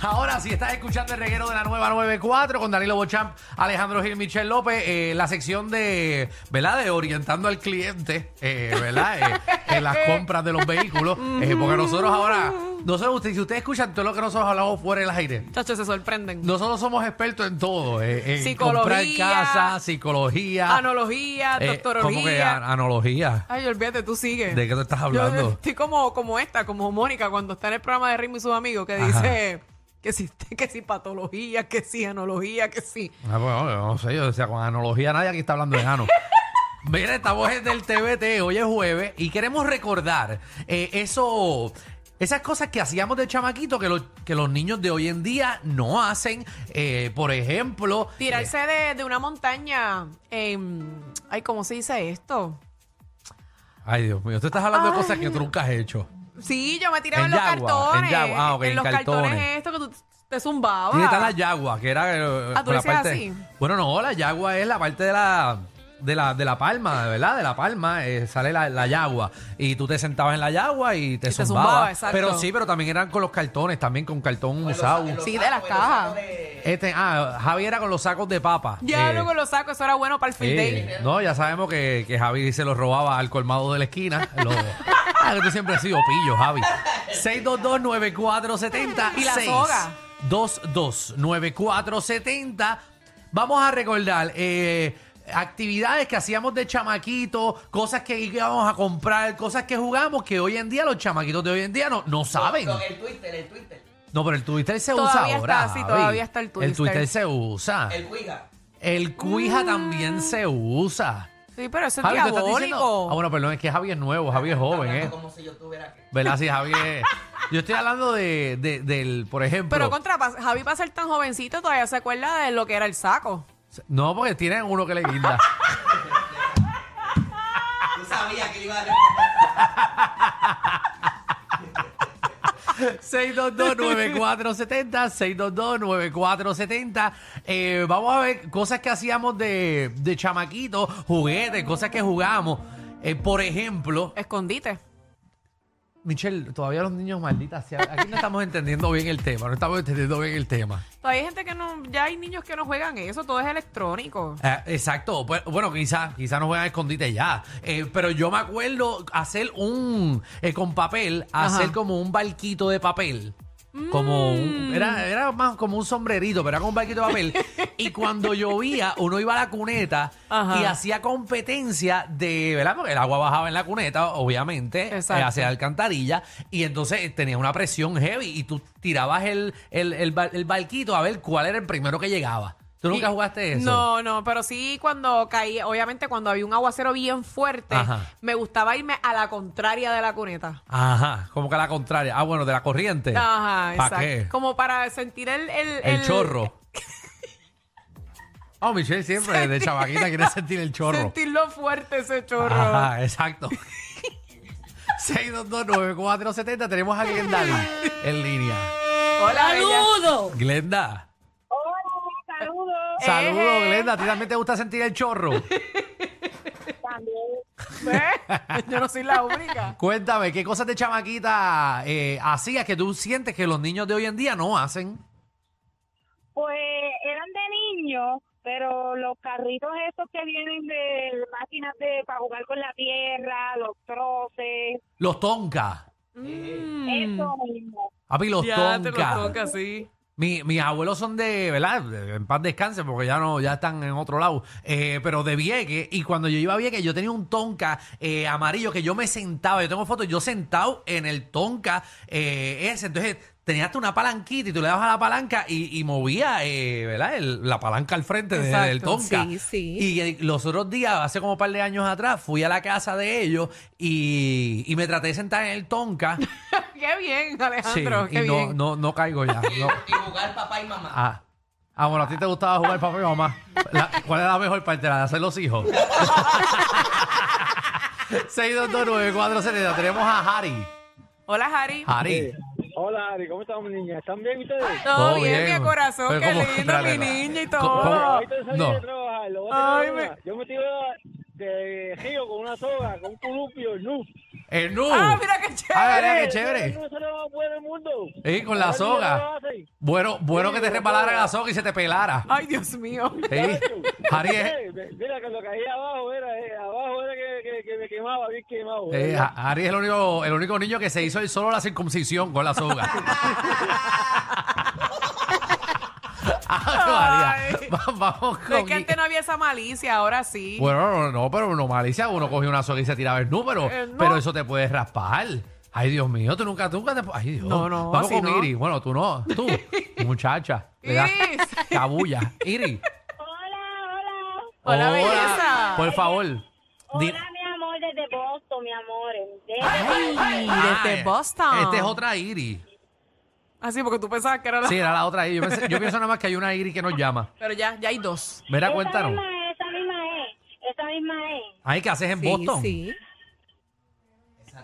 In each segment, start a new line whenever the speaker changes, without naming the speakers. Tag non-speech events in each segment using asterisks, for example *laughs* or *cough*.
Ahora, si estás escuchando el reguero de la nueva 94 con Danilo Bochamp, Alejandro Gil, Michelle López, eh, la sección de, ¿verdad? De orientando al cliente, eh, ¿verdad?
*laughs*
Eh, en las compras de los vehículos. eh, porque nosotros ahora, no sé ustedes, si ustedes escuchan todo lo que nosotros hablamos fuera del aire.
Chacho, se sorprenden.
Nosotros somos expertos en todo, eh, en
Psicología.
comprar casa, psicología,
Analogía,
ah, eh, como que
doctorología.
a- analogía.
Ay, olvídate, tú sigues.
¿De qué tú estás
Yo
hablando?
estoy como, como esta, como Mónica, cuando está en el programa de Ritmo y sus amigos, que
Ajá.
dice que sí, *laughs* que sí patología, que sí analogía, que sí.
Ah, bueno, yo no sé, yo decía, con analogía nadie aquí está hablando de ano. Mira, estamos en el TBT, hoy es jueves, y queremos recordar eh, eso, esas cosas que hacíamos de chamaquito que, los que los niños de hoy en día no hacen. Eh, por ejemplo, eh,
Tirarse de, de una montaña. em, ay, ¿cómo se dice esto?
ay, Dios mío, tú estás hablando de cosas que tú nunca has hecho.
Sí, yo me tiraba
En
en, los
yagua,
cartones.
en yagua, ah, ok, en
los
cartones.
cartones, esto que tú te zumbabas.
Tiene está la yagua, que era eh,
Ah, ¿tú
con la
dices
parte.
así?
Bueno, no, la yagua es la parte de la de la, de la palma, ¿verdad? De la palma eh, sale la, la yagua y tú te sentabas en la yagua y te
Y te
zumbabas.
zumbaba, exacto.
pero sí, pero también eran con los cartones, también con cartón usado.
sí, de las cajas.
Este, ah, Javi era con los sacos de papa.
Ya
Eh,
luego lo saco, eso era bueno para el field
eh,
day.
no, ya sabemos que, que Javi se los robaba al colmado de la esquina. Lo- *laughs* Ah, que tú siempre has sido pillo, Javi. 6229470
Y la soga.
6229470. Vamos a recordar eh, actividades que hacíamos de chamaquito, cosas que íbamos a comprar, cosas que jugamos que hoy en día los chamaquitos de hoy en día no, no saben.
el Twitter, el Twitter,
No, pero el Twitter se usa
Todavía está,
ahora.
sí,
Javi.
todavía está el
El
Twitter.
Twitter se usa.
el Cuiga.
El cuija
Mm.
también se usa.
Sí, pero eso es
Javi, ¿tú estás
diabólico.
diciendo? Ah, bueno, perdón, es que Javi es nuevo, Javi es joven,
Hablando
¿eh?
Como si yo tuviera que.
¿Verdad? Sí, Javi es... Yo estoy hablando de, de- del, por ejemplo...
Pero contra, pa- Javi para ser tan jovencito todavía se acuerda de lo que era el saco.
No, porque tienen uno que le *laughs* guinda.
Ah, Tú sabías que le iba a responder.
622-9470, 622-9470. Eh, vamos a ver cosas que hacíamos de, de chamaquito, juguetes, cosas que jugábamos. Eh, por ejemplo, eh,
Escondite.
Michelle, todavía los niños malditas, sea- aquí no estamos entendiendo bien el tema, no estamos entendiendo bien el tema.
Todavía hay gente que no, ya hay niños que no juegan eso, todo es electrónico.
Eh, exacto, Pues, bueno, quizás quizás no juegan a escondite ya, Eh, pero yo me acuerdo hacer un, eh, con papel, hacer
Ajá.
como un barquito de papel. Como
Mm.
un- era, era más como un sombrerito, pero era con un barquito de papel.
*laughs*
y cuando llovía, uno iba a la cuneta
Ajá.
y hacía competencia de, ¿verdad? Porque el agua bajaba en la cuneta, obviamente, eh,
Exacto.
hacia la alcantarilla, y entonces eh, tenía una presión heavy y tú tirabas el, el, el ba- el barquito a ver cuál era el primero que llegaba. ¿Tú nunca
Y-
jugaste eso?
No, no, pero sí cuando caí, obviamente cuando había un aguacero bien fuerte,
Ajá.
me gustaba irme a la contraria de la cuneta.
Ajá, como que a la contraria. Ah, bueno, de la corriente. ¿Para
Ajá, exacto.
qué?
Como para sentir el... El,
El,
el-
chorro.
*laughs*
Oh, Michelle siempre de chavaquita quiere sentir el chorro.
Sentirlo fuerte ese chorro.
Ajá, exacto. *laughs* 6229470, tenemos a Glenda Lee en línea.
Hola, bella.
Glenda.
Hola, saludos.
Saludos,
Eh.
Glenda. ¿A ti también te gusta sentir el chorro?
También.
*laughs* ¿Ves? Yo no soy la única.
Cuéntame, ¿qué cosas de chamaquita eh, hacías que tú sientes que los niños de hoy en día no hacen?
Pues eran de niños, pero los carritos esos que vienen de máquinas de para jugar con la tierra, los troces,
Los tonka.
Mm.
eso mismo.
Papi, los
Ya te lo toca, sí.
Mi- mis abuelos son de, ¿verdad? De- En paz descanse, porque ya no, ya están en otro lado. Eh, pero de Vieques, y cuando yo iba a Vieques, yo tenía un tonka eh, amarillo que yo me sentaba. Yo tengo fotos, yo sentado en el tonka eh, ese. Entonces, tenías hasta una palanquita y tú le dabas a la palanca y, y movía, eh, ¿verdad? El- la palanca al frente de- del
Exacto,
tonka.
sí, sí.
Y eh, los otros días, hace como un par de años atrás, fui a la casa de ellos y, y me traté de sentar en el
*laughs*
tonka.
Qué bien,
Sí,
Alejandro,
y
Ah, qué
no,
bien.
no, no caigo ya. no.
Y jugar papá y mamá.
Ah. Ah, bueno, a ti te gustaba jugar papá y mamá. La- ¿Cuál era la mejor parte? La de hacer los hijos. *laughs* 6229470. Tenemos a Harry.
Hola, Harry.
Harry.
Hola, Ari, ¿cómo están, niñas? ¿Están bien ustedes?
Todo
todo
bien,
bien.
mi corazón,
Pero
qué
¿cómo?
lindo,
Espérate,
mi
espérate.
niña y
¿Cómo?
Hola,
todo.
¿Cómo?
ahorita salí
No.
de trabajar. lo voy a
Ay,
tener
me-
una. Yo me tiré de río con una soga, con un columpio, el nu.
El Nu.
Ah, mira qué
Ah,
chévere.
mira qué
El
chévere.
nu se lo va a poner el mundo.
Y con la
Ahora sí,
soga.
¿no lo hacen?
Bueno, bueno que te repalara la soga y se te pelara.
Ay, Dios mío.
Sí. Harry es,
Eh, me- Mira, cuando caí abajo, era, eh, abajo era que, que, que me quemaba, bien quemado.
eh,
¿verdad?
Ha- Harry es el único, el único niño que se hizo él solo la circuncisión con la
*laughs*
soga. *laughs* Ay, María.
Ay.
Va- Vamos
No, es que
con.
antes no había esa malicia, ahora sí.
Bueno, no, no, pero no malicia. Uno cogió una soga y se tiraba el número.
Eh, no.
Pero eso te puede raspar. Ay, Dios mío, tú nunca, tú nunca te. Ay, Dios.
No, no,
Vamos
si
con
no.
Iri. Bueno, tú no. Tú,
*laughs*
muchacha. Le das
Iris.
cabulla. Iri.
Hola, hola.
*laughs* Hola, belleza.
Por favor. Di-
Hola, mi amor, desde Boston, mi amor. Desde-
Ay, desde
Ah,
Boston.
Esta es otra Ah, Iri.
Así, porque tú pensabas que era la...
Sí, era la otra Iri. Yo, pensé- yo pienso nada más que hay una Iri que nos llama.
Pero ya, ya hay dos.
Mira,
Esa
cuéntanos.
misma es, esa misma es, esa misma es.
Ay, ¿qué haces en Boston?
Sí,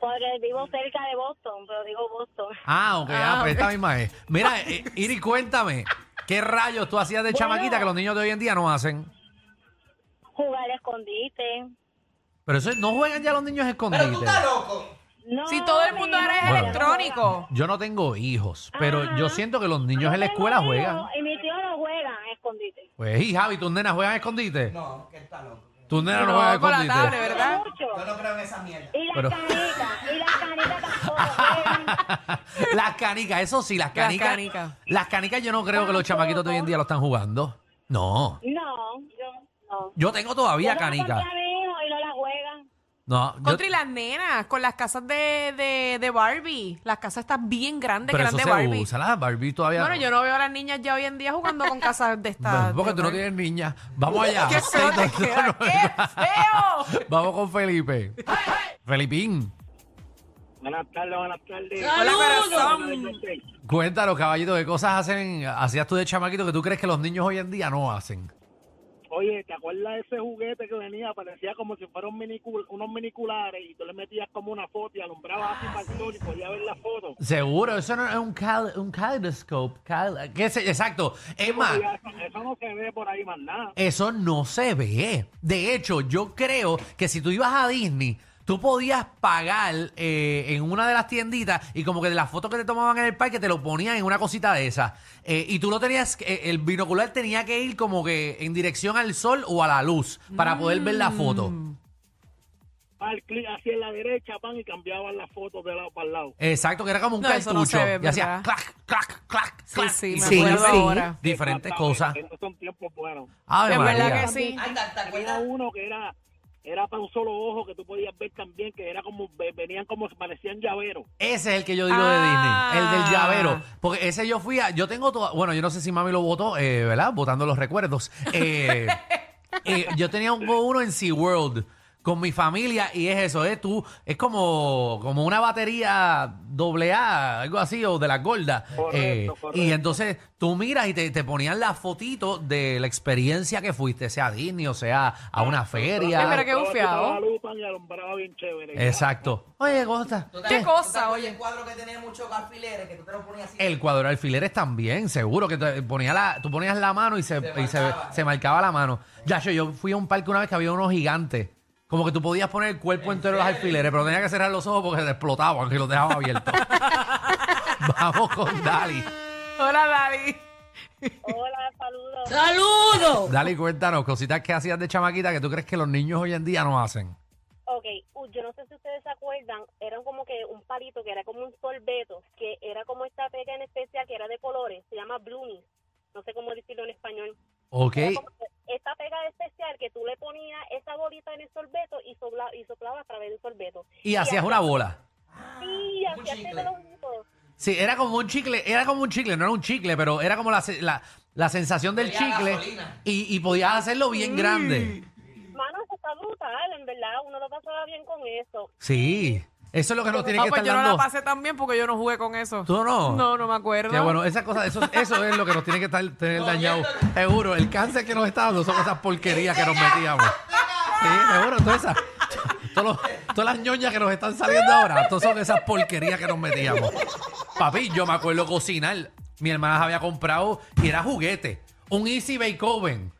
Porque vivo cerca de Boston, pero digo Boston.
Ah, ok, ah,
Ah,
pues
ok.
esta misma es. Mira, eh, Iri, cuéntame. ¿Qué rayos tú hacías de chamaquita que los niños de hoy en día no hacen?
Jugar escondite.
Pero eso es- no juegan ya los niños a
Pero tú
escondite.
estás loco.
No,
Si todo el mundo
mi
ahora es
amor.
electrónico.
Yo no tengo hijos, pero
Ah.
Ajá.
yo siento que los niños en la escuela
Yo tengo
juegan.
hijos Y mis tíos no juegan a escondite.
Pues, y Javi, tus nenas juegan a escondite.
No, que él está loco.
Tus nenas no,
No,
juegan a
con la
escondite.
tablet, ¿verdad?
Mucho.
Yo no creo en esa mierda.
Y las
Pero-
canitas, y las canitas tampoco juegan.
*laughs* las canicas, eso sí, las
Las
canicas. Las canicas.
canicas.
yo no creo que los chamaquitos de hoy en día lo están jugando. No.
No, yo no.
Yo tengo todavía
Yo tengo
canicas.
a mi hijo y no la juegan.
No, yo-
Contra y las nenas, con las casas de, de, de Barbie. Las casas están bien grandes,
pero
que eran
eso
de
se
Barbie.
usa. Las Barbie todavía.
Bueno, yo no veo a las niñas ya hoy en día jugando con casas de estas.
Bueno, porque
de
tú no
Barbie.
tienes niña. Vamos allá.
pues. *laughs* ¡Qué feo te queda! ¡Qué feo!
Vamos con Felipe. Felipín,
Buenas tardes, buenas tardes.
Hola, corazón.
cuéntanos, caballito, ¿qué cosas hacen, hacías tú de chamaquito que tú crees que los niños hoy en día no hacen?
Oye, ¿te acuerdas de ese juguete que venía? Parecía como si fueran unos miniculares y tú le metías como una foto y alumbrabas así para el sol y podías ver la foto.
Seguro, eso no es un, cal- un kaleidoscope. cal- ¿qué sé? Exacto. Es más,
Oye, Eso, eso no se ve por ahí más nada.
Eso no se ve. De hecho, yo creo que si tú ibas a Disney, tú podías pagar eh, en una de las tienditas y como que de las fotos que te tomaban en el parque te lo ponían en una cosita de esa. y tú lo tenías, que- eh, el binocular tenía que ir como que en dirección al sol o a la luz para poder ver la foto.
Al clic hacia la derecha, van y cambiaban las fotos de lado para el lado.
Exacto, que era como un
No, eso
cartucho.
no se
y
ve,
hacía
¿verdad?
clac, clac, clac,
Sí,
clac.
sí,
y
me
se
acuerdo
veían
ahora.
Diferentes cosas.
Exactamente, Esos son tiempos buenos.
Ave
Es verdad
María.
que sí.
Anda, ¿te
Había
acuerdas?
uno que era era para un solo ojo que tú podías ver también, que era como, ve- venían como, parecían llaveros.
Ese es el que yo digo
Ah.
de Disney, el del llavero. Porque ese yo fui a. Yo tengo todo. Bueno, yo no sé si mami lo votó, eh, ¿verdad? Votando los recuerdos.
*laughs*
Eh, eh, yo tenía un, uno en SeaWorld con mi familia y es eso, es tú. Es como, como una batería doble A, algo así, o de la gorda.
Correcto,
Y
correcto.
entonces tú miras y te, te ponían las fotitos de la experiencia que fuiste, sea a Disney o sea
Ah,
a una feria.
Ay, pero qué bufiado.
Estaba lupa y alumbraba bien chévere.
Exacto. Oye, Costa.
¿Tú
¿Qué
te-
cosa,
tú te acuerdas
oye?
El cuadro que tenía muchos alfileres, que tú te lo ponías así.
El cuadro de alfileres también, seguro que te ponía la, tú ponías la mano y se,
Se
y se,
marcaba.
se marcaba la mano. Ya, yo, yo fui a un parque una vez que había unos gigantes. Como que tú podías poner el cuerpo entero de los alfileres, pero tenía que cerrar los ojos porque se te explotaban y los dejaban
*laughs*
abiertos. Vamos con Dali.
Hola, Dali.
Hola, saludos.
Dali, cuéntanos, cositas que hacías de chamaquita que tú crees que los niños hoy en día no hacen.
Ok, uh, yo no sé si ustedes se acuerdan, era como que un palito que era como un sorbeto, que era como esta pega en especial que era de colores, se llama bloomies, no sé cómo decirlo en español.
Ok.
Era como que esta pega especial que tú le ponías esa bolita en el sorbeto y, sopla- y soplaba a través del sorbeto.
Y hacías una bola.
Sí,
un
hacía
chicle.
que los ojos.
Sí, era como un chicle, era como un chicle, no era un chicle, pero era como la, se- la, la sensación del
Olía a
chicle
gasolina. Mm.
y, y podías hacerlo bien grande.
Mano, eso está brutal, en verdad, uno lo pasaba bien con eso.
Sí. Eso es lo que nos tiene
Ah,
que
pues
estar
yo no la
dando.
pasé tan bien porque yo no jugué con eso.
¿Tú no?
No, no me acuerdo.
Ya, bueno, esas cosas, eso, eso es lo que nos tiene que estar tener dañado. Seguro, el cáncer que nos está dando son esas porquerías que nos metíamos. Sí, seguro, todas esas. todos los- todas las ñoñas que nos están saliendo ahora, todas son esas porquerías que nos metíamos. Papi, yo me acuerdo cocinar. Mi hermana había comprado y era juguete. Un Easy Bake Oven.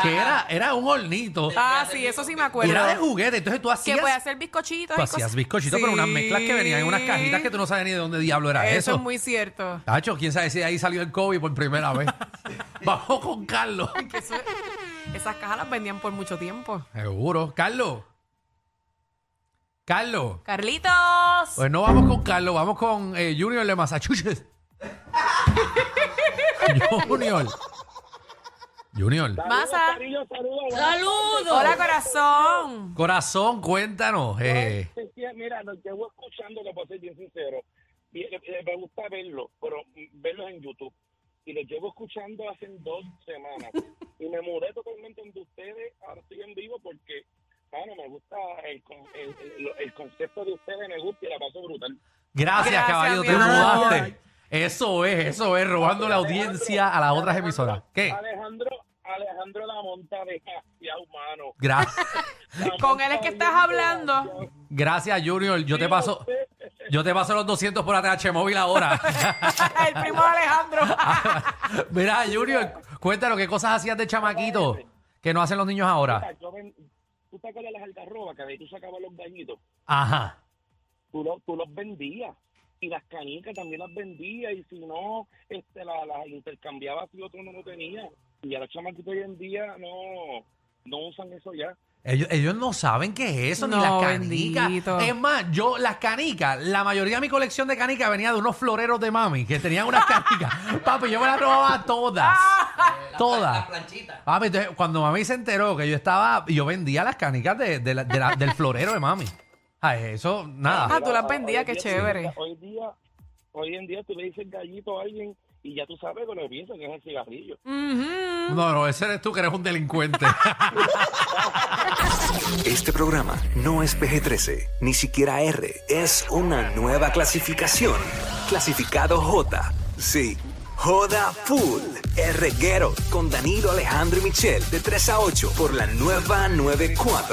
Que era, era un hornito.
Ah, sí, eso sí me
y
acuerdo.
era de juguete. Entonces tú hacías.
que puede hacer bizcochitos.
Tú
y
hacías
cosas.
bizcochitos, pero unas
Sí.
mezclas que venían en unas cajitas que tú no sabías ni de dónde diablo era eso.
Eso es muy cierto.
Tacho, quién sabe si de ahí salió el COVID por primera
*laughs*
vez. Vamos con Carlos.
Que eso- esas cajas las vendían por mucho tiempo.
Seguro. Carlos. Carlos.
Carlitos.
Pues no vamos con Carlos, vamos con eh, Junior de
*laughs*
Massachusetts. Junior. Junior.
Masa.
Carrillo, saludos.
¡Saludos!
Hola, corazón.
Corazón, cuéntanos. eh,
Sentía- Mira, los llevo escuchando, lo puedo ser bien sincero. Y, eh, eh, Me gusta verlo, pero mm, verlos en YouTube. Y los llevo escuchando hace dos
*laughs*
semanas. y me mudé totalmente de ustedes. Ahora estoy en vivo porque, bueno, me gusta el, con- el, el- lo- el concepto de ustedes, me gusta y la paso brutal.
gracias,
Gracias,
caballo,
mi
te
amor.
mudaste. Eso es, eso es, robando la
Alejandro,
audiencia a las otras
Alejandro,
emisoras. ¿Qué?
Alejandro, Alejandro La Monta, desgraciado humano.
Gracias.
Con él es que estás hablando. *laughs*
Gracias, Junior. Yo te paso, yo te paso los 200 por ATH móvil ahora. *laughs*
El primo de Alejandro.
Mira, Junior, cuéntanos qué cosas hacías de chamaquito que no hacen los niños
Ah.
ahora.
Yo ven- ¿Tú te acuerdas de las algarrobas que de ahí tú sacabas los gallitos?
Ajá.
tú, lo- tú los vendías y las canicas también las vendías y si no, este, la- las intercambiabas si otro no lo tenía. Y ya los chamaquitos hoy en día no, no usan eso ya.
Ellos, ellos no saben qué es eso, ni
No,
las canicas.
bendito.
Es más, yo, las canicas, la mayoría de mi colección de canicas venía de unos floreros de mami que tenían unas canicas. Papi, yo me las robaba todas.
Las
todas.
planchitas.
Papi, entonces, cuando mami se enteró que yo estaba, yo vendía las canicas de, de la- de la- del florero de mami. Ay, eso, nada.
Ah, tú las vendías,
Hoy
qué
día-
chévere.
Hoy día, hoy en día tú le dices gallito a alguien y ya tú sabes que lo que piensa que es el cigarrillo.
Ujú.
No, no, ese eres tú que eres un delincuente.
Este programa no es PG-13, ni siquiera R. Es una nueva clasificación. Clasificado J. Sí. Joda Full. R. Guerrero con Danilo Alejandro y Michel de 3 a 8 por la nueva 94.